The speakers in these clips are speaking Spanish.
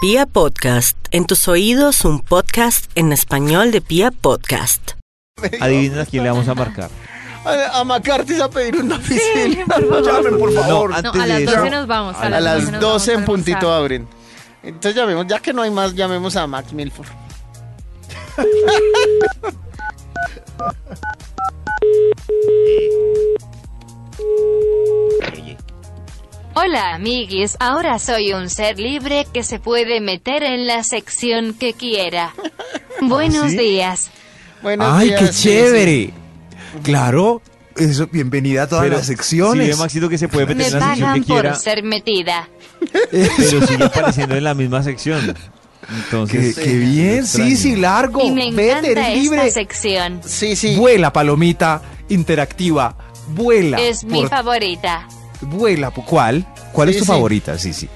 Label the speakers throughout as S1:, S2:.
S1: Pia Podcast, en tus oídos un podcast en español de Pia Podcast.
S2: Adivina a quién le vamos a marcar.
S3: A, a Macartes a pedir un domicilio.
S4: Llamen, por favor.
S2: No,
S4: antes
S5: No, a las
S2: de
S5: 12
S2: eso-
S5: nos vamos.
S3: a
S5: nos
S3: las
S5: vamos
S3: 12 en
S5: a
S3: puntito
S5: almorzar.
S3: abren. Entonces llamemos, ya que no hay más, llamemos a Max Milford.
S6: Hola amiguis, ahora soy un ser libre que se puede meter en la sección que quiera. Buenos
S4: ¿sí?
S6: días.
S3: Buenos
S4: ¡Ay,
S3: días,
S4: qué
S3: sí, sí.
S4: chévere! Claro, eso, bienvenida a todas
S2: Pero
S4: las
S2: Si
S4: secciones.
S2: ve Maxito que se puede meter
S6: Me
S2: en la sección que
S6: pagan por
S2: quiera,
S6: ser metida.
S2: pero sigue apareciendo en la misma sección.
S4: qué,
S2: Entonces,
S4: qué bien, sí,
S2: extraño.
S4: sí, largo.
S6: Y me
S4: Vete
S6: encanta esta
S4: libre.
S6: sección.
S3: Sí, sí.
S4: Vuela, palomita interactiva. Vuela.
S6: Es mi
S4: por-
S6: favorita.
S4: Vuela, ¿por ¿cuál? ¿Cuál
S3: Sí,
S4: es tu
S3: sí.
S4: favorita? Sí, sí.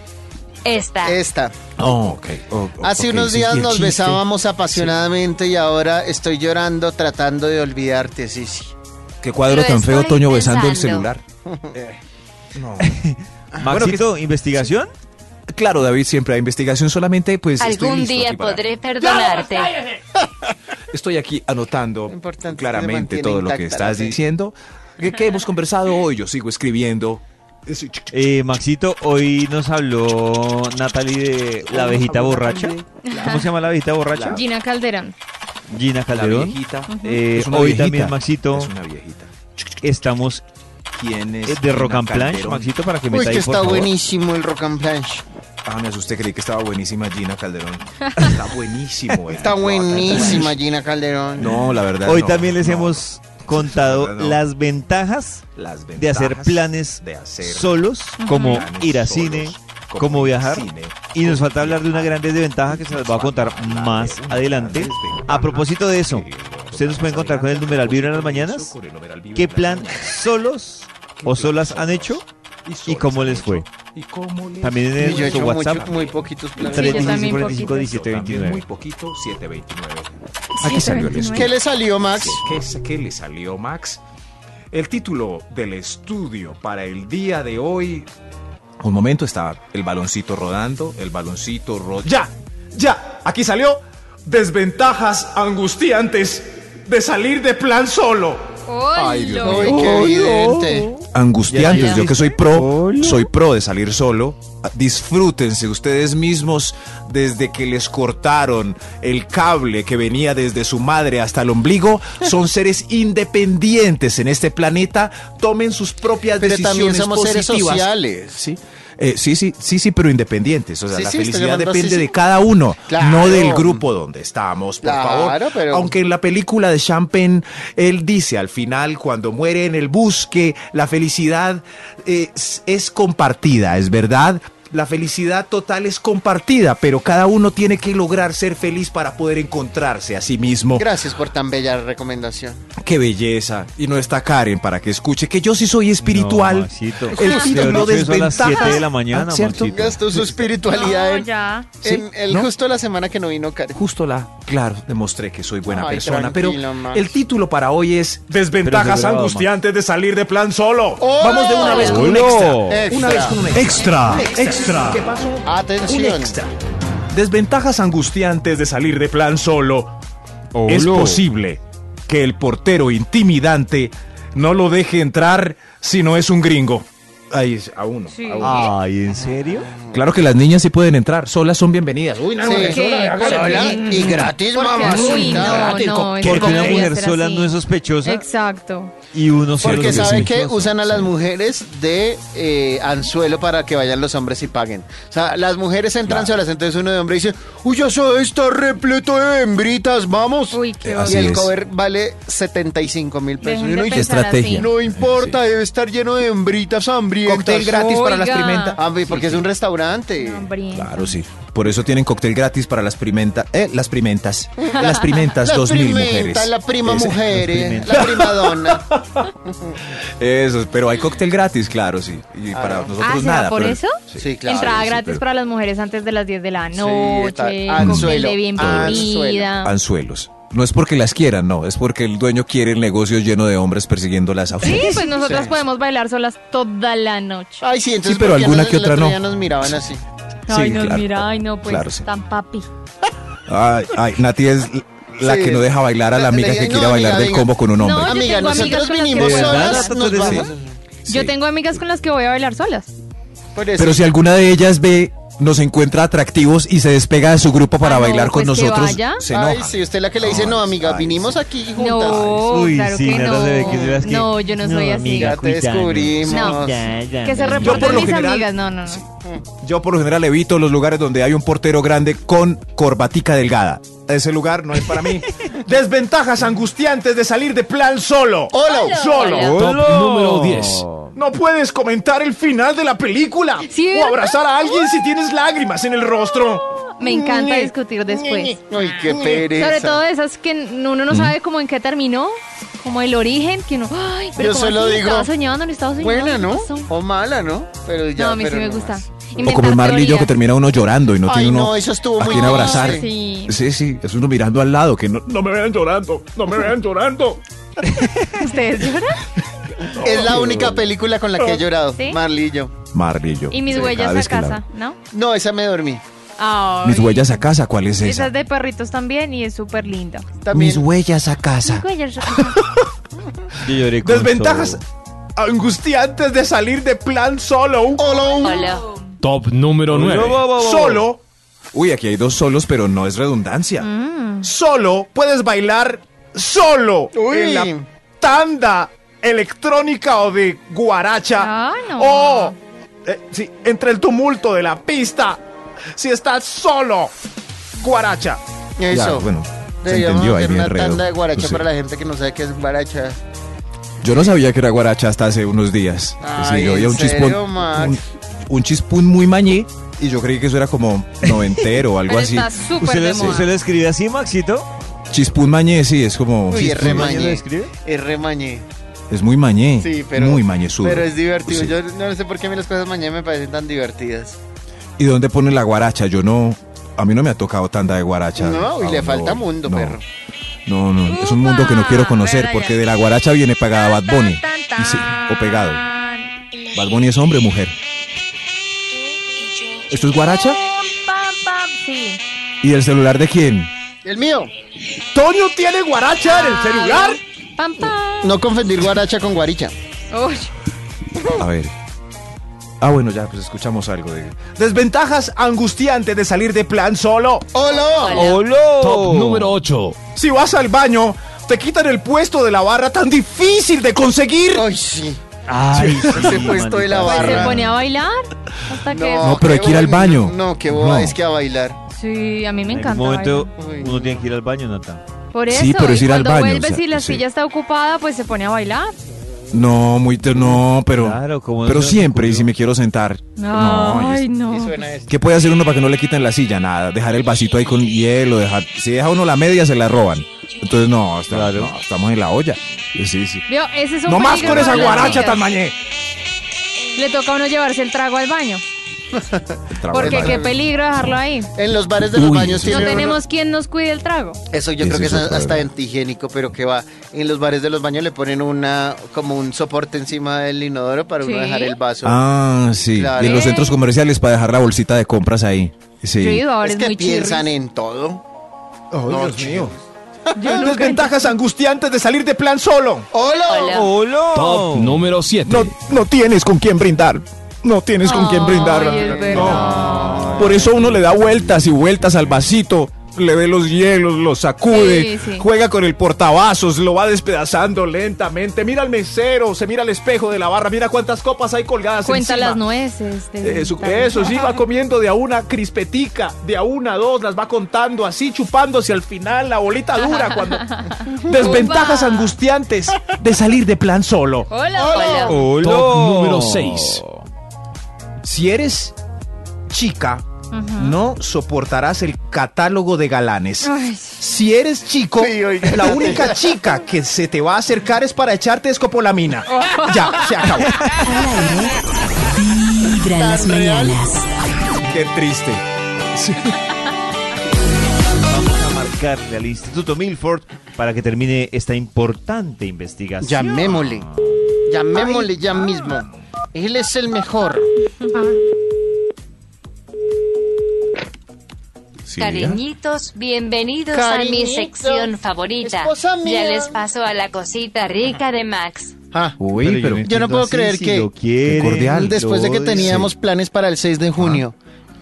S6: Esta.
S3: Esta.
S4: Oh, ok. oh,
S3: Ah, Hace
S4: ok,
S3: unos
S4: sí,
S3: días
S4: sí, el
S3: nos
S4: chiste.
S3: besábamos apasionadamente y ahora estoy llorando tratando de olvidarte, sí, sí.
S4: Qué cuadro
S6: Lo
S4: tan feo,
S6: estoy
S4: Toño, besando el
S6: pensando.
S4: celular. No.
S2: Maxito, investigación.
S4: Claro, David, siempre hay investigación, solamente pues estoy
S6: Algún
S4: listo
S6: día
S4: aquí para-
S6: podré perdonarte.
S4: Estoy aquí anotando
S3: Lo importante es que
S4: claramente
S3: mantiene
S4: todo lo que
S3: intacta la
S4: estás
S3: fe.
S4: diciendo. ¿Qué, qué hemos conversado hoy? Yo sigo escribiendo.
S2: Eh, Maxito, hoy nos habló Natalie de la abejita borracha. ¿Cómo se llama la abejita borracha?
S5: Gina Calderón.
S2: Gina Calderón. Eh,
S4: Es una
S2: hoy
S4: viejita.
S2: también, Maxito,
S4: Es una viejita.
S2: estamos
S4: ¿Quién
S2: eh,
S4: es?
S2: de
S4: Gina
S2: Rock and Planche,
S4: Calderón?
S2: Maxito, para que
S3: Uy,
S2: meta ahí,
S3: que
S2: por
S3: está
S2: favor.
S3: buenísimo el rock and planche.
S4: Ah, me asusté, creí que estaba buenísima Gina Calderón. Está buenísimo. eh. el
S3: Está
S4: Rock and
S3: buenísima
S4: Planche.
S3: Gina Calderón.
S4: No, la verdad.
S2: Hoy
S4: no,
S2: también les
S4: no.
S2: hemos contado
S4: No.
S2: las ventajas
S4: Las ventajas
S2: de hacer planes
S4: de hacer
S2: solos, como
S4: planes
S2: ir a
S4: solos,
S2: cine,
S4: como
S2: como
S4: ir
S2: viajar.
S4: cine,
S2: Y nos
S4: como
S2: falta hablar de una
S4: viajar.
S2: gran desventaja que se las va a contar más adelante. A propósito de eso, ustedes nos pueden contar con el numeral Vibra en las mañanas. ¿Qué plan solos o solas han hecho? ¿Y cómo les fue? También en
S3: Y yo he hecho
S2: nuestro WhatsApp.
S3: mucho- muy poquitos planes.
S5: Sí, yo también
S2: 345
S5: poquito.
S2: 1729.
S4: poquito, 729.
S5: Aquí salió el 729.
S3: ¿Qué le salió, Max?
S4: ¿Qué, es- qué le salió, Max? El título del estudio para el día de hoy. Un momento, está el baloncito rodando, el baloncito rodando.
S7: Ya, ya, aquí salió desventajas angustiantes de salir de plan solo.
S4: Ay, Dios mío.
S3: Uy, qué evidente.
S4: Angustiantes,
S2: Ya.
S4: yo que soy pro, soy pro de salir solo. Disfrútense ustedes mismos desde que les cortaron el cable que venía desde su madre hasta el ombligo. Son seres independientes en este planeta. Tomen sus propias
S3: Pero también
S4: decisiones
S3: somos seres
S4: positivas.
S3: sociales.
S4: Sí. Eh, sí, sí, sí, sí, pero independientes. O sea,
S3: Sí,
S4: la
S3: sí, estoy
S4: felicidad
S3: llamando,
S4: depende
S3: sí, sí.
S4: de cada uno,
S3: Claro.
S4: no del grupo donde estamos, por
S3: Claro,
S4: favor.
S3: pero-
S4: Aunque en la película de Champagne, él dice al final, cuando muere en el bus, que la felicidad eh, es, es compartida, ¿es verdad? La felicidad total es compartida, pero cada uno tiene que lograr ser feliz para poder encontrarse a sí mismo.
S3: Gracias por tan bella recomendación.
S4: ¡Qué belleza! Y no está Karen para que escuche que yo sí soy espiritual.
S2: No, Maxito.
S4: el
S2: Pero
S4: título
S2: eso es a las
S4: desventajas.
S2: 7 de la mañana,
S4: Ah, ¿cierto?
S2: Maxito.
S3: Gastó su espiritualidad
S5: No,
S3: en-
S5: ya.
S4: Sí,
S3: en el,
S4: ¿no?
S3: justo la semana que no vino Karen.
S4: Justo la, claro, demostré que soy buena
S3: Ay,
S4: persona, pero
S3: tranquilo, Max.
S4: el título para hoy es
S2: Pero
S7: Desventajas
S2: se graba,
S7: angustiantes de salir de plan solo.
S3: ¡Oh!
S4: Vamos de una vez con un
S2: Solo.
S4: extra. Una vez con un extra.
S7: Extra, extra.
S4: ¿Qué pasó? Un
S3: Atención.
S4: extra.
S7: Desventajas angustiantes de salir de plan solo. Es posible que el portero intimidante no lo deje entrar si no es un gringo.
S4: Ahí es, a uno.
S5: Sí.
S8: Ah,
S2: Ay, ¿en serio?
S4: Claro que las niñas sí pueden entrar, solas son bienvenidas. Uy,
S3: Sí.
S5: ¿Qué?
S3: Sola
S5: ¿Por
S3: y
S5: qué?
S3: gratis,
S5: Porque-
S3: mamacita.
S5: Uy, no, no, eso
S2: Porque
S5: no
S2: una
S5: debería
S2: mujer
S5: ser
S2: sola
S5: así.
S2: no es sospechosa
S5: Exacto.
S2: y uno solo
S3: Porque
S2: es
S3: sabe que
S2: sospechoso.
S3: usan a las mujeres de eh, anzuelo para que vayan los hombres y paguen. O sea, las mujeres entran solas, entonces uno de hombre dice, uy, ya sabe, está repleto de hembritas, vamos.
S5: Uy, qué
S4: Eh,
S5: horror.
S4: así
S3: y el
S4: es.
S3: cover vale 75 mil pesos.
S5: Dejen
S3: Y uno
S5: de
S3: dice,
S4: pensar estrategia.
S3: no importa, debe estar lleno de hembritas hambrientas.
S4: Cóctel gratis para las
S5: Oiga.
S4: pimenta.
S3: Ah, porque es un restaurante.
S5: No, hombre.
S4: Claro, sí. Por eso tienen cóctel gratis para las pimenta, eh, las primentas. Las primentas, dos mil
S3: primenta,
S4: mujeres.
S3: La prima
S4: Ese.
S3: mujer, eh,
S2: primenta.
S3: la prima donna.
S4: Eso, pero hay cóctel gratis, claro, sí. Y para nosotros
S5: Ah, ¿será
S4: nada.
S5: por
S4: pero-
S5: eso?
S4: Sí.
S3: Sí, claro.
S5: Entrada
S4: sí,
S5: gratis
S4: pero-
S5: para las mujeres antes de las 10 de la noche.
S3: está-
S5: cóctel
S3: anzuelo,
S5: de bienvenida.
S4: anzuelos. No es porque las quieran, no, es porque el dueño quiere el negocio lleno de hombres persiguiéndolas a
S5: Sí,
S4: ustedes.
S5: pues nosotras
S3: Sí.
S5: podemos bailar solas toda la noche.
S3: Ay, sí, entonces
S4: Sí, pero
S3: ¿por qué
S4: alguna
S3: nos-
S4: que
S3: el
S4: otra
S3: otro
S4: no.
S3: día nos miraban así.
S5: Ay,
S4: Sí,
S5: no,
S4: claro.
S5: mira, ay, no, pues
S4: Claro, sí.
S5: tan papi.
S4: Ay, ay, Nati es la
S3: Sí.
S4: que no deja bailar a la
S3: La-
S4: amiga
S3: la-
S4: que
S3: no,
S4: quiere bailar
S3: amiga,
S4: del
S3: venga.
S4: combo con un hombre.
S5: No, yo
S3: Amiga,
S5: tengo
S3: nosotros
S5: amigas con las que
S3: vinimos
S5: voy a
S2: bailar.
S3: solas,
S2: ¿De
S3: nos
S2: verdad?
S3: vamos.
S5: Yo
S4: Sí.
S5: tengo amigas con las que voy a bailar solas.
S3: Por eso.
S4: Pero si alguna de ellas ve, nos encuentra atractivos y se despega de su grupo para
S5: Ah, no,
S4: bailar con
S5: pues que
S4: nosotros,
S5: vaya.
S4: se enoja.
S3: Ay, sí, usted es la que le dice, no, amiga,
S4: Ay,
S3: vinimos
S4: sí.
S3: aquí juntas.
S5: No,
S2: Uy,
S5: claro
S2: sí,
S5: que
S2: nada
S5: no.
S2: de que digas que-
S5: no, yo no soy así.
S2: amiga,
S3: Ya te
S2: cuídanos.
S3: descubrimos.
S5: No.
S2: Ya, ya,
S5: Que se
S2: ya.
S5: reporten
S4: por lo
S5: mis
S4: general-
S5: amigas. No, no, no.
S4: Yo por lo general evito los lugares donde hay un portero grande con corbatica delgada. Ese lugar no es para mí. Desventajas angustiantes de salir de plan solo.
S3: Hola.
S4: Solo.
S8: Top número 10.
S4: No puedes comentar el final de la película
S5: ¿Cierto?
S4: o abrazar a alguien si tienes lágrimas en el rostro.
S5: Me encanta discutir después.
S3: Ay, qué pereza.
S5: Sobre todo esas que n- uno no
S3: Mm.
S5: sabe cómo en qué terminó, como el origen, que uno. Ay, pero
S3: Yo
S5: ¿cómo
S3: solo
S5: así?
S3: digo,
S5: Estaba soñando, no estaba soñando.
S3: Buena, ¿no?
S5: ¿Qué pasó?
S3: O mala, ¿no? Pero ya,
S5: no, a mí sí
S3: pero
S5: me
S3: no
S5: gusta.
S3: más.
S4: O como el
S5: Inventar
S4: marlillo
S5: teorías.
S4: que termina uno llorando y no
S3: Ay,
S4: tiene uno
S3: no, eso estuvo
S4: a
S3: muy
S4: quien
S5: No,
S4: abrazar.
S5: sí.
S4: Sí, sí, es uno mirando al lado que no...
S8: No me vean llorando, no me vean llorando.
S5: ¿Ustedes lloran?
S3: Es la única película con la que he llorado,
S5: Oh. ¿Sí?
S3: Marley y yo.
S4: Marlillo.
S5: Y mis
S4: Sí, cada
S5: huellas
S4: vez
S5: a
S4: que la-
S5: casa, ¿no?
S3: No, esa me dormí.
S5: Ay.
S4: Mis huellas a casa, ¿cuál es
S5: Esa
S4: esa?
S5: es de perritos también y es súper linda.
S3: También.
S4: huellas a casa.
S5: Mis huellas.
S2: Yo lloré con
S4: Desventajas
S2: todo.
S4: angustiantes de salir de plan solo.
S6: Hola.
S8: Top número 9.
S4: Solo. Uy, aquí hay dos solos, pero no es redundancia.
S5: Mm.
S4: Solo puedes bailar solo
S3: Uy.
S4: en la tanda electrónica o de guaracha.
S5: Ah, no.
S3: Oh.
S4: O eh, sí, entre el tumulto de la pista. Si estás solo, guaracha.
S3: Eso. Deberíamos hacer una tanda de guaracha
S4: Sí.
S3: para la gente que no sabe qué es guaracha.
S4: Yo no sabía que era guaracha hasta hace unos días.
S3: Ay,
S4: yo
S3: ¿en
S4: un chispón.
S3: serio, Max?
S4: un- un chispón muy mañé. Y yo creí que eso era como noventero o algo
S5: Pero
S4: así.
S5: está súper
S2: ¿Usted
S5: de
S2: le,
S5: moda.
S2: ¿Usted le escribe así, Maxito?
S4: Chispún mañé, sí, es como.
S3: Uy, es
S4: chispún
S3: re
S2: ¿Mañé lo
S3: mañé.
S2: escribe?
S3: Es re mañé.
S4: Es muy mañé.
S3: Sí, pero.
S4: Muy mañezudo. Pues
S3: Pero es divertido.
S4: Sí.
S3: Yo no sé por qué a mí las cosas mañana me parecen tan divertidas.
S4: ¿Y dónde ponen la guaracha? Yo no. A mí no me ha tocado tanda de guaracha.
S3: No, y
S4: Ah,
S3: le falta mundo,
S4: no.
S3: perro.
S4: No, no, es un
S5: Upa,
S4: mundo que no quiero conocer
S5: vaya.
S4: porque de la guaracha viene pagada Bad Bunny.
S5: Tan, tan,
S4: Y sí, o pegado.
S5: tan.
S4: Bad Bunny es hombre o mujer. ¿Esto es guaracha?
S5: Pam, pam, sí.
S4: ¿Y el celular de quién?
S3: El mío.
S4: ¡Tonio tiene guaracha en el celular!
S5: Pam, pam.
S3: No confundir guaracha con guaricha.
S5: Uy,
S4: A ver. Ah, bueno, ya, pues escuchamos algo de. Desventajas angustiantes de salir de plan solo.
S3: ¡Hola!
S2: ¡Hola!
S8: Top número 8.
S4: Si vas al baño, te quitan el puesto de la barra tan difícil de conseguir.
S3: ¡Ay, sí!
S2: Ay, sí,
S3: Ese puesto de
S2: maldita
S3: la
S5: pues se
S3: barra.
S2: sea.
S5: pone a bailar hasta que...
S4: No, pero hay
S3: qué
S4: que ir al
S3: boba.
S4: baño.
S3: No, qué boba,
S4: No.
S3: es que a bailar.
S5: Sí, a mí me
S2: En algún
S5: encanta
S2: momento
S5: bailar.
S3: bailar.
S2: uno tiene que ir al baño, Nata.
S5: Por eso,
S4: Sí, pero es
S5: y
S4: ir al
S5: cuando
S4: baño,
S5: vuelves
S4: o sea,
S5: y la
S4: sí.
S5: silla está ocupada, pues se pone a bailar.
S4: No, muy te- no, pero
S2: Claro, como no
S4: pero
S2: se
S4: siempre y
S2: ocurrió.
S4: si me quiero sentar. No,
S5: Ay, no.
S3: Y suena esto.
S4: ¿Qué puede hacer uno para que no le quiten la silla? Nada, dejar el vasito ahí con hielo, dejar si deja uno la media se la roban. Entonces no, está-
S2: Claro.
S4: no, estamos en la olla. Sí, sí.
S5: Veo, ese es un
S4: No más
S5: peligro
S4: con esa
S5: para las
S4: guaracha
S5: chicas.
S4: tan mañé.
S5: Le toca a uno llevarse el trago al baño.
S4: El trabajo
S5: Porque
S4: del
S5: qué
S4: baño.
S5: peligro dejarlo ahí.
S3: En los bares de los
S4: Uy,
S3: baños
S4: sí.
S5: No
S3: tienen uno-
S5: tenemos quien nos cuide el trago.
S3: Eso yo creo
S4: Ese
S3: que
S4: es
S3: es
S4: otro
S3: hasta
S4: problema.
S3: antihigiénico, pero que va. En los bares de los baños le ponen una como un soporte encima del inodoro para
S5: Sí.
S3: uno dejar el vaso.
S4: Ah, sí.
S3: Claro.
S4: Y en los centros comerciales para dejar la bolsita de compras ahí. Sí.
S5: Yo he ido a bares
S3: es que
S5: muy
S3: piensan
S5: chirris.
S3: en todo.
S4: Ay,
S3: No,
S4: Dios mío.
S5: Yo nunca- Oh,
S4: Desventajas angustiantes de salir de plan solo.
S3: ¡Hola!
S6: Hola.
S2: ¡Hola!
S8: Top número 7.
S4: No, no tienes con quién brindar. No tienes con quién brindar.
S5: Ay, es verdad.
S4: Por eso uno le da vueltas y vueltas al vasito. Le ve los hielos, los sacude,
S5: Sí, sí.
S4: juega con el portavasos, lo va despedazando lentamente. Mira al mesero, se mira al espejo de la barra, mira cuántas copas hay colgadas.
S5: Cuenta
S4: encima.
S5: las nueces. de-
S4: Eso, eso sí, va comiendo de a una crispetica, de a una a dos, las va contando así, chupándose al final la bolita dura cuando... Desventajas
S5: Upa.
S4: angustiantes de salir de plan solo.
S5: Hola.
S6: Hola.
S2: ¡Hola!
S8: Top número 6.
S4: Si eres chica,
S5: Ujú. Ah.
S4: no soportarás el catálogo de galanes.
S5: Ay,
S4: Si eres chico,
S3: Sí, oiga.
S4: la única chica que se te va a acercar es para echarte escopolamina. Ya, se acabó.
S1: Vibra en las mañanas.
S4: Qué triste.
S2: Vamos a marcarle al Instituto Milford para que termine esta importante investigación.
S3: Llamémosle. Llamémosle ya mismo. Él es el mejor.
S2: ¿eh?
S6: cariñitos, bienvenidos a mi
S3: Cariñitos.
S6: sección favorita.
S3: Esposa mía.
S6: Ya les paso a la cosita rica de Max.
S3: Ah,
S9: Uy,
S2: Pero yo
S9: pero,
S2: no
S3: yo no
S2: entiendo
S3: puedo
S2: así,
S3: creer
S2: si
S3: que-
S2: lo quieren,
S9: cordial.
S3: Después de que
S2: lo
S3: teníamos planes para el
S4: Ah.
S3: 6 de junio,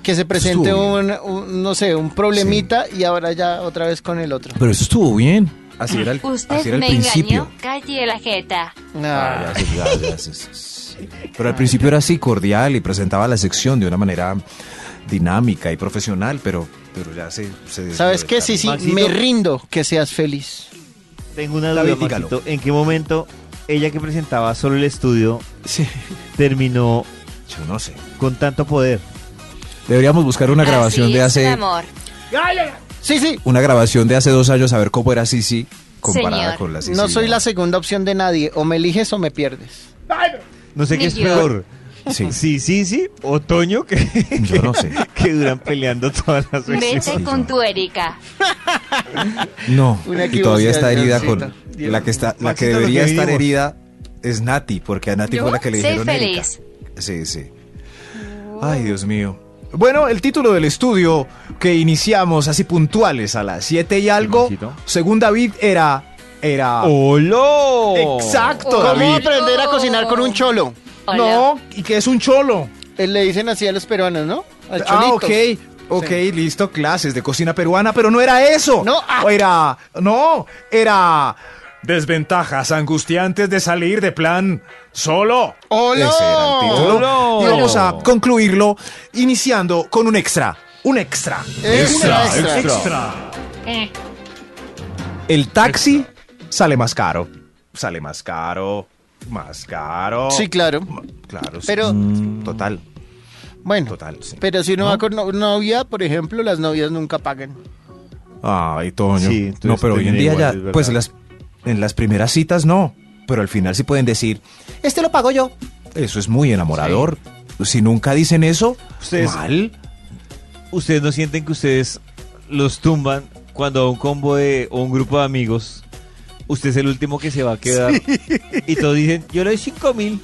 S3: que se presente
S9: Estuvo
S3: un, un, no sé, un problemita y ahora ya otra vez con el otro.
S9: pero eso estuvo bien. Así era el, así
S6: Usted
S9: era el
S6: Ah, me
S9: principio.
S6: engañó, calle la jeta.
S3: Ah,
S9: Ah, ya, ya, ya, sí, sí, sí. Pero al principio era así cordial y presentaba la sección de una manera dinámica y profesional, pero, pero ya se... se
S3: ¿Sabes qué? Sí,
S9: desvió
S3: sí,
S2: Maxito.
S3: me rindo que seas feliz.
S2: Tengo una duda,
S9: David, dígalo.
S2: Maxito. ¿En qué momento ella que presentaba solo el estudio
S9: de- Sí,
S2: terminó
S9: yo no sé.
S2: con tanto poder?
S9: Deberíamos buscar una grabación
S6: Así
S9: de
S6: es el
S9: hace...
S6: amor.
S3: Sí, sí,
S9: Una grabación de hace dos años a ver cómo era Sisi comparada
S6: Señor.
S9: con la Sisi.
S3: no soy
S9: de
S3: la
S9: ahora.
S3: segunda opción de nadie. O me eliges o me pierdes.
S2: No sé
S6: Ni
S2: qué es
S6: yo.
S2: peor.
S9: Sí,
S2: Sí, sí, sí. Otoño que,
S9: yo no sé.
S2: que duran peleando todas las veces.
S6: Vete con tu Erika.
S9: No,
S3: Una
S9: y todavía está herida con...
S3: equivocidad,
S9: La que, está, la que
S2: Maxito, lo
S9: debería
S2: que
S9: estar
S2: vimos.
S9: herida es Nati, porque a Nati
S5: ¿Yo?
S9: fue la que le
S6: Sé
S9: dijeron Erika.
S6: feliz.
S9: Sí, sí. Ay, Dios mío.
S4: Bueno, el título del estudio que iniciamos así puntuales a las 7 y algo,
S2: Maxito?
S4: según David, era... era
S2: ¡Hola!
S4: Exacto,
S3: ¿Cómo
S4: David.
S3: aprender a cocinar con un cholo?
S6: Hola.
S4: No, y que es un cholo.
S3: Eh, Le dicen así a los peruanos, ¿no? A
S4: Ah,
S3: cholitos.
S4: ok. Ok, listo, clases de cocina peruana, pero no era eso.
S3: No, ah.
S4: O Era. No, era. Desventajas angustiantes de salir de plan solo.
S3: ¡Hola!
S9: Ese era el título.
S2: ¡Hola!
S9: Y vamos a concluirlo iniciando con un extra. Un extra.
S3: Extra, extra.
S6: Eh,
S4: El taxi sale más caro. Sale más caro. Más caro.
S3: Sí, claro.
S4: Claro, sí.
S3: Pero-
S4: Total,
S3: Bueno,
S4: total. sí.
S3: pero si uno va con no- novia, por ejemplo, las novias nunca pagan.
S9: Ay, Toño.
S2: Sí, entonces
S9: no, pero hoy en
S2: termina
S9: día
S2: igual, es
S9: ya,
S2: verdad.
S9: pues las, en las primeras citas no, pero al final sí pueden decir, este lo pago yo. Eso es muy enamorador. Si nunca dicen eso,
S2: Ustedes-
S9: mal.
S2: ¿Ustedes no sienten que ustedes los tumban cuando a un combo de, o un grupo de amigos, usted es el último que se va a quedar? Y todos dicen, yo le doy cinco mil,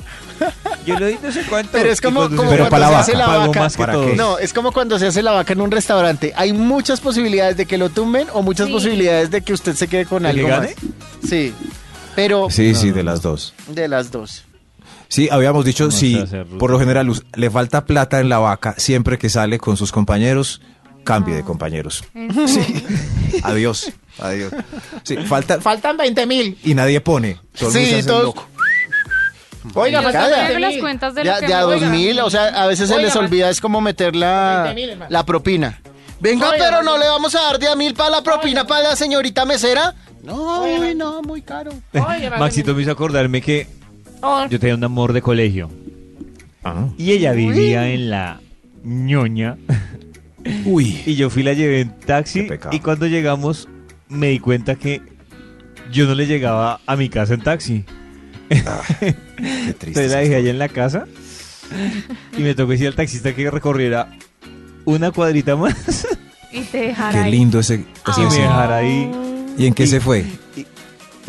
S2: yo le doy no sé cuánto.
S3: Pero es
S2: Y
S3: como,
S2: cuando
S3: como
S2: se-
S9: Pero para
S3: cuando se
S9: la
S3: hace
S9: vaca,
S3: la
S2: pago
S3: vaca.
S2: más que
S9: ¿Para
S2: todos.
S9: qué?
S3: No, es como cuando se hace la vaca en un restaurante. Hay muchas posibilidades de que lo tumben o muchas
S5: Sí.
S3: posibilidades de que usted se quede con
S2: ¿De que
S3: algo
S2: gane?
S3: más. Sí, pero
S9: Sí, sí, de las dos.
S3: de las dos.
S9: Sí, habíamos dicho,
S2: No
S9: si
S2: se hace ruta.
S9: por lo general us- le falta plata en la vaca, siempre que sale con sus compañeros, cambie de compañeros. Sí. Adiós. Adiós. Sí, falta,
S3: Faltan 20 mil.
S9: y nadie pone. Todo el mundo se
S3: Sí,
S9: hace
S3: todos.
S9: loco.
S3: Oiga,
S5: Yo
S3: faltan
S5: estoy
S3: 20
S5: pagando las
S3: mil.
S5: cuentas de lo
S3: Ya-
S5: que
S3: de a
S5: me-
S3: dos
S5: Oiga.
S3: mil, o sea, a veces se
S5: Oiga,
S3: les
S5: man.
S3: olvida, es como meter la,
S10: 20.000, hermano.
S3: la propina. Venga,
S10: Oiga,
S3: pero
S10: man.
S3: no le vamos a dar de a mil para la propina para la señorita mesera. No,
S10: Oiga,
S3: uy,
S10: man.
S3: no, muy caro.
S10: Oiga,
S2: Maxito me hizo acordarme que yo tenía un amor de colegio
S9: Ah.
S2: y ella vivía en la ñoña
S9: Uy.
S2: y yo fui y la llevé en taxi
S9: Qué pecado.
S2: y cuando llegamos me di cuenta que yo no le llegaba a mi casa en taxi.
S9: Qué triste.
S2: Entonces la dejé allá en la casa y me tocó decir al taxista que recorriera una cuadrita más
S5: Y te dejará
S9: Qué
S5: ahí.
S9: lindo ese.
S4: Ah,
S9: ese
S2: y me
S9: escena.
S2: dejara ahí.
S9: ¿Y en qué
S2: Y-
S9: se fue?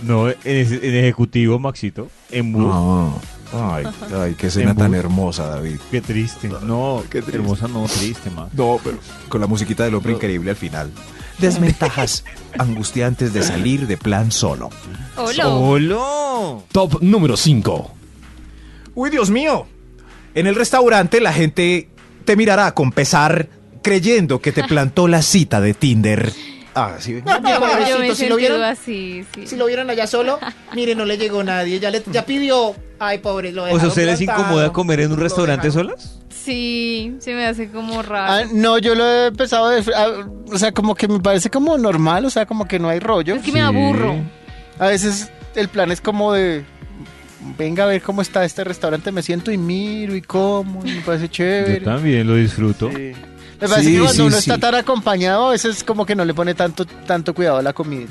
S2: No, en, ese- en ejecutivo, Maxito, en bus.
S9: Ah, ay, ay, qué escena
S2: En
S9: tan
S2: bus.
S9: hermosa, David.
S2: Qué triste. No, qué hermosa, no, triste, Max.
S9: No, pero con la musiquita del hombre increíble al final. Desventajas angustiantes de salir de plan solo.
S5: Hola.
S2: ¡Solo!
S8: Top número 5.
S4: Uy, Dios mío. En el restaurante la gente te mirará con pesar, creyendo que te plantó la cita de Tinder.
S9: Ah, sí.
S5: Yo me he
S10: Pobrecito, si lo
S5: sentido
S10: vieron,
S5: así, sí.
S10: si lo vieron allá solo, mire, no le llegó nadie, ya le ya pidió. Ay, pobre, lo
S5: Pues
S2: O sea,
S10: dejaron
S2: ¿usted les
S10: plantado.
S2: incomoda comer en un
S10: Lo
S2: restaurante
S10: dejaron-
S2: solas?
S5: Sí, se me hace como
S3: Ah,
S5: raro.
S3: no, yo lo he empezado, de, ah, o sea, como que me parece como normal, o sea, como que no hay rollo.
S5: es que me aburro.
S3: A veces el plan es como de, venga a ver cómo está este restaurante, me siento y miro y como, y me parece chévere.
S2: Yo también lo disfruto.
S3: Sí. Me parece
S9: Sí,
S3: que cuando
S9: sí,
S3: uno
S9: sí.
S3: está tan acompañado, a veces como que no le pone tanto, tanto cuidado a la comida.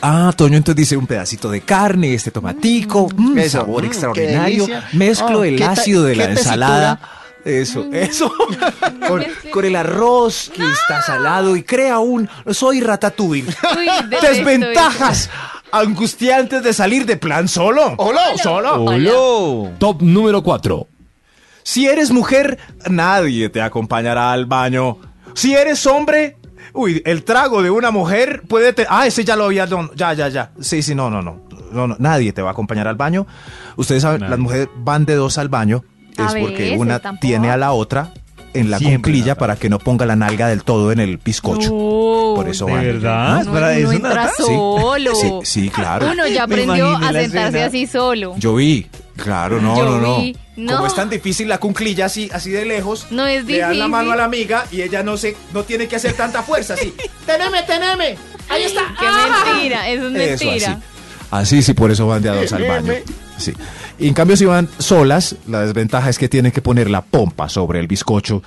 S9: Ah, Toño entonces dice un pedacito de carne, este tomatico, un
S3: Eso,
S9: sabor
S3: mm,
S9: extraordinario,
S3: qué delicia.
S9: mezclo
S3: Oh,
S9: el
S3: qué ta-
S9: ácido de
S3: qué Mm.
S9: la
S3: tesitura.
S9: ensalada, eso, eso, con, con el arroz que está salado y crea un, soy ratatouille.
S5: Uy, detesto eso.
S4: Desventajas angustiantes de salir de plan solo.
S3: ¡Hola!
S4: Solo.
S2: ¡Hola!
S8: Top número 4.
S4: Si eres mujer, nadie te acompañará al baño. Si eres hombre, Uy, el trago de una mujer puede... te- ah, ese ya lo había... don- ya, ya, ya. Sí, sí, no, no, no, no, no. Nadie te va a acompañar al baño. Ustedes saben,
S8: Nadie.
S4: las mujeres van de dos al baño.
S5: A
S4: Es porque
S5: veces,
S4: una
S5: tampoco.
S4: tiene a la otra en la
S2: Siempre,
S4: cumplilla
S2: Nata.
S4: para que no ponga la nalga del todo en el bizcocho. Por eso
S2: ¿De
S4: van.
S2: verdad?
S5: Uno,
S2: ¿Para
S5: uno
S2: eso,
S5: entra
S2: Nata?
S4: Sí,
S5: solo.
S4: Sí, sí, claro.
S5: Uno ya
S2: Me
S5: aprendió
S2: imaginé
S5: a
S2: la
S5: sentarse
S2: escena.
S5: así solo.
S4: Yo vi. Claro, no,
S5: Yo
S4: no,
S5: vi.
S4: no.
S5: No.
S4: Como es tan difícil la cunclilla así, así de lejos.
S5: No es
S4: Le dan la
S5: difícil.
S4: mano a la amiga y ella no se, no tiene que hacer tanta fuerza así.
S10: ¡Teneme, teneme! ¡Ahí está!
S5: Qué mentira, eso es
S4: Ah. Eso,
S5: mentira.
S4: así. Así sí, por eso van de a dos al baño. Sí. Y en cambio, si van solas, la desventaja es que tienen que poner la pompa sobre el bizcocho.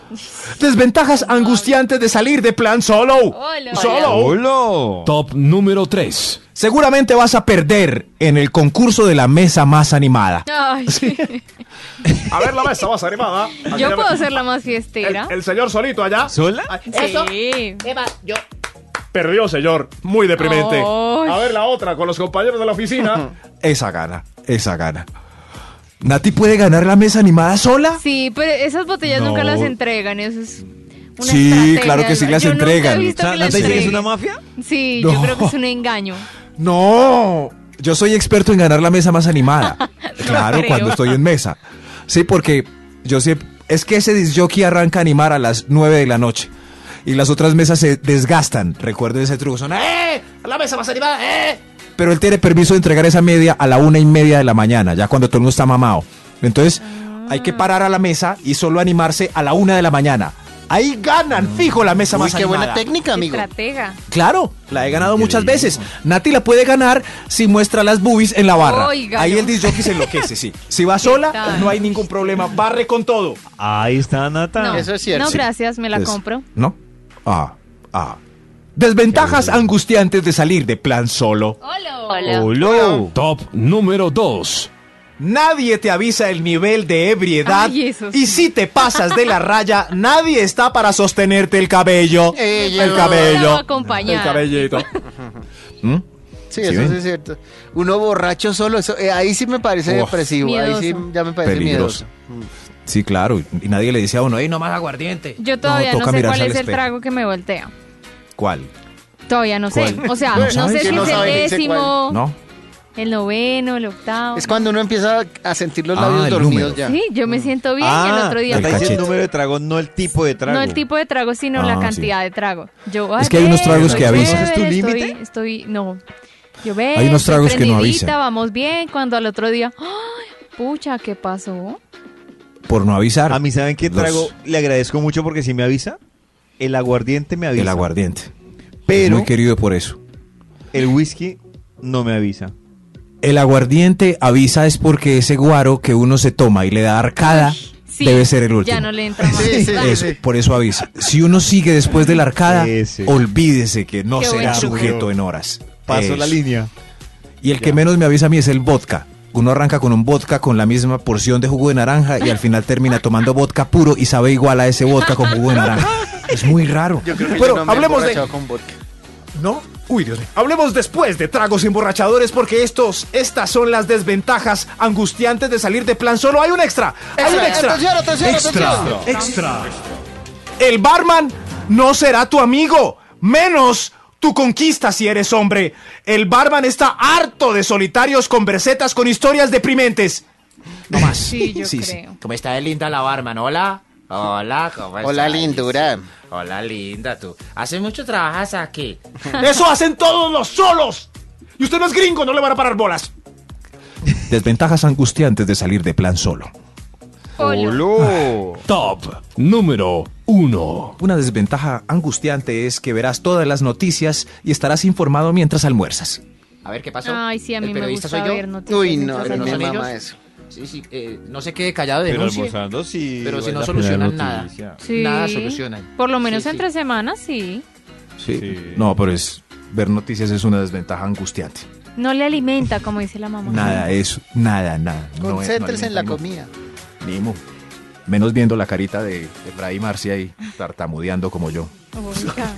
S4: Desventajas angustiantes de salir de plan solo.
S5: Hola.
S4: Solo.
S2: ¡Hola!
S8: Top número 3.
S4: Seguramente vas a perder en el concurso de la mesa más animada.
S5: Ay,
S4: A ver la mesa más animada.
S5: yo puedo ¿ah? ser la más fiestera.
S4: señor solito allá.
S2: ¿Sola?
S10: Eso.
S5: Sí.
S10: Eva, yo.
S4: Perdió, señor. Muy
S5: deprimente. Ay. A
S4: ver la otra con los compañeros de la oficina. Esa gana, esa gana. ¿Nati puede ganar la mesa animada sola?
S5: Sí, pero esas botellas nunca
S4: No.
S5: las entregan, eso es una
S4: Sí,
S5: estrategia,
S4: claro que sí
S5: ¿no?
S4: las
S5: Yo nunca he
S4: entregan.
S5: visto
S2: O sea,
S5: que las
S2: ¿Nata dice que es
S5: entreguen.
S2: una mafia?
S5: Sí,
S4: No.
S5: yo creo que es un engaño.
S4: No, yo soy experto en ganar la mesa más animada. claro,
S5: creo.
S4: cuando estoy en mesa. Sí, porque yo siempre... Es que ese disjockey arranca a animar a las 9 de la noche. Y las otras mesas se desgastan. Recuerden ese truco. Son, "¡Eh!".
S10: ¡Eh! ¡A la mesa más animada! ¡Eh!
S4: Pero él tiene permiso de entregar esa media a la una y media de la mañana, ya cuando todo el mundo está mamado. Entonces, hay que parar a la mesa y solo animarse a la una de la mañana. Ahí ganan, fijo, la mesa
S3: Uy,
S4: más
S3: qué buena
S4: animada.
S3: técnica, amigo.
S5: Estratega.
S4: Claro, la he ganado muchas veces. Nati la puede ganar si muestra las boobies en la barra.
S5: Oiga,
S4: Ahí
S5: no.
S4: el disjockey se enloquece, sí. Si va sola,
S5: tal?
S4: no hay ningún problema. Barre con todo.
S2: Ahí está, Nata.
S5: No,
S3: Eso es cierto.
S5: No,
S3: Sí.
S5: gracias, me la
S4: Es-
S5: compro.
S4: ¿No? Ah, ah. Desventajas angustiantes de salir de plan solo.
S5: Oh.
S6: Hola.
S2: ¡Hola!
S8: Top número 2.
S4: Nadie te avisa el nivel de ebriedad.
S5: Ay, eso
S4: Y si te pasas de la raya, nadie está para sostenerte el cabello.
S3: Ella.
S4: el
S5: Eh, Yo la voy
S4: cabello.
S5: a acompañar.
S4: El cabellito. ¿Mm?
S3: Sí,
S4: ¿Sí
S3: eso
S4: ven?
S3: sí es cierto. Uno borracho solo, eso, eh, ahí sí me parece
S4: Uf.
S3: depresivo. Ahí sí
S5: Miedoso.
S3: ya me
S2: Pues,
S3: parece
S4: Peligroso.
S3: miedoso.
S4: Sí, claro. Y nadie le dice a uno, ¡Ey, no más aguardiente!
S5: Yo todavía
S4: No,
S5: no,
S4: toca
S5: sé
S4: mirarse
S5: cuál
S4: al
S5: es el
S4: espejo.
S5: trago que me voltea.
S4: ¿Cuál?
S5: Todavía no sé.
S4: ¿Cuál?
S5: O sea,
S4: ¿No
S5: no,
S4: sabes?
S5: sé
S4: Que
S5: si
S4: no
S5: es el
S3: sabe, dice
S5: décimo,
S4: ¿No?
S5: el noveno, el octavo.
S3: Es cuando uno empieza a sentir los
S4: Ah,
S3: labios
S4: el
S3: dormidos
S4: número.
S3: ya.
S5: Sí, yo me siento bien y el otro día
S4: Mm. Ah,
S2: Nata
S4: el
S5: no.
S2: dice el
S4: cachete.
S2: número de trago, no el tipo de trago.
S5: No el tipo de trago, sino
S4: Ah,
S5: la
S4: sí.
S5: cantidad de trago. Yo, ay,
S4: Es que hay unos
S5: ven,
S4: tragos
S5: estoy
S4: que avisan.
S5: chévere,
S2: ¿Es tu
S5: estoy-
S2: límite?
S5: Estoy, no. Yo ven,
S4: Hay unos
S5: estoy
S4: tragos que no
S5: prendidita,
S4: avisan.
S5: Vamos bien, cuando al otro día, ay, pucha, ¿qué pasó?
S4: Por no avisar.
S2: A mí, ¿saben qué
S4: Los-
S2: trago? Le agradezco mucho porque si me avisa, el aguardiente me avisa.
S4: El aguardiente.
S2: Pero-
S4: Es muy querido por eso.
S2: El whisky no me avisa.
S4: El aguardiente avisa es porque ese guaro que uno se toma y le da arcada
S5: Sí,
S4: debe ser el último.
S5: Ya no le entra más. Ah,
S3: Sí, sí,
S5: Vale.
S4: Eso, por eso avisa. Si uno sigue después de la arcada,
S2: Sí, sí.
S4: olvídese que no
S5: Qué
S4: será
S5: buen truco.
S4: sujeto en horas.
S2: Paso
S4: Eso.
S2: la línea.
S4: Y el que menos me avisa a mí es el vodka. Uno arranca con un vodka con la misma porción de jugo de naranja y al final termina tomando vodka puro y sabe igual a ese vodka con jugo de naranja. Es muy raro.
S3: Yo creo que
S4: Bueno,
S3: yo no me he
S4: hablemos de
S3: emborrachado con vodka.
S4: ¿No? Uy, Dios mío. Hablemos después de tragos emborrachadores porque estos, estas son las desventajas angustiantes de salir de plan solo. Hay un extra. Hay un
S3: Extra,
S4: extra.
S3: atención, atención, atención.
S4: Extra. El barman no será tu amigo, menos tu conquista si eres hombre. El barman está harto de solitarios con versetas con historias deprimentes. No más.
S5: Sí, yo
S4: Sí, sí.
S5: creo.
S7: ¿Cómo está de linda la barman? Hola. Hola, ¿cómo
S3: Hola,
S7: estás?
S3: lindura.
S7: Hola, linda, tú. ¿Hace mucho trabajas aquí?
S4: Eso hacen todos los solos. Y usted no es gringo, no le van a parar bolas. Desventajas angustiantes de salir de plan solo.
S2: ¡Hola!
S8: Top número 1.
S4: Una desventaja angustiante es que verás todas las noticias y estarás informado mientras almuerzas.
S7: A ver, ¿qué pasó?
S5: Ay, sí, a mí
S7: ¿El
S5: me
S7: periodista
S5: gusta
S7: soy yo?
S5: ver noticias.
S3: Uy, no,
S5: mientras
S7: pero
S3: no
S7: no
S3: me
S7: son
S5: almuerzo.
S7: ellos.
S3: mama eso.
S7: Sí, sí, eh, no se quede callado,
S2: Pero
S7: denuncie.
S2: almorzando sí.
S7: Pero si
S2: vale
S7: no
S2: la
S7: solucionan
S2: pena la
S7: nada.
S2: noticia.
S5: Sí.
S7: Nada solucionan.
S5: Por lo menos
S7: Sí, sí.
S5: entre semanas, sí.
S4: Sí.
S2: Sí.
S4: No, pero es ver noticias es una desventaja angustiante.
S5: No le alimenta, como dice la mamá.
S4: Nada eh. eso, nada, nada. No es- no
S3: Concéntrese en la
S4: alimenta,
S3: comida.
S4: no, ni mu. Menos viendo la carita de Efraín Marcia ahí tartamudeando como yo.
S5: Oiga.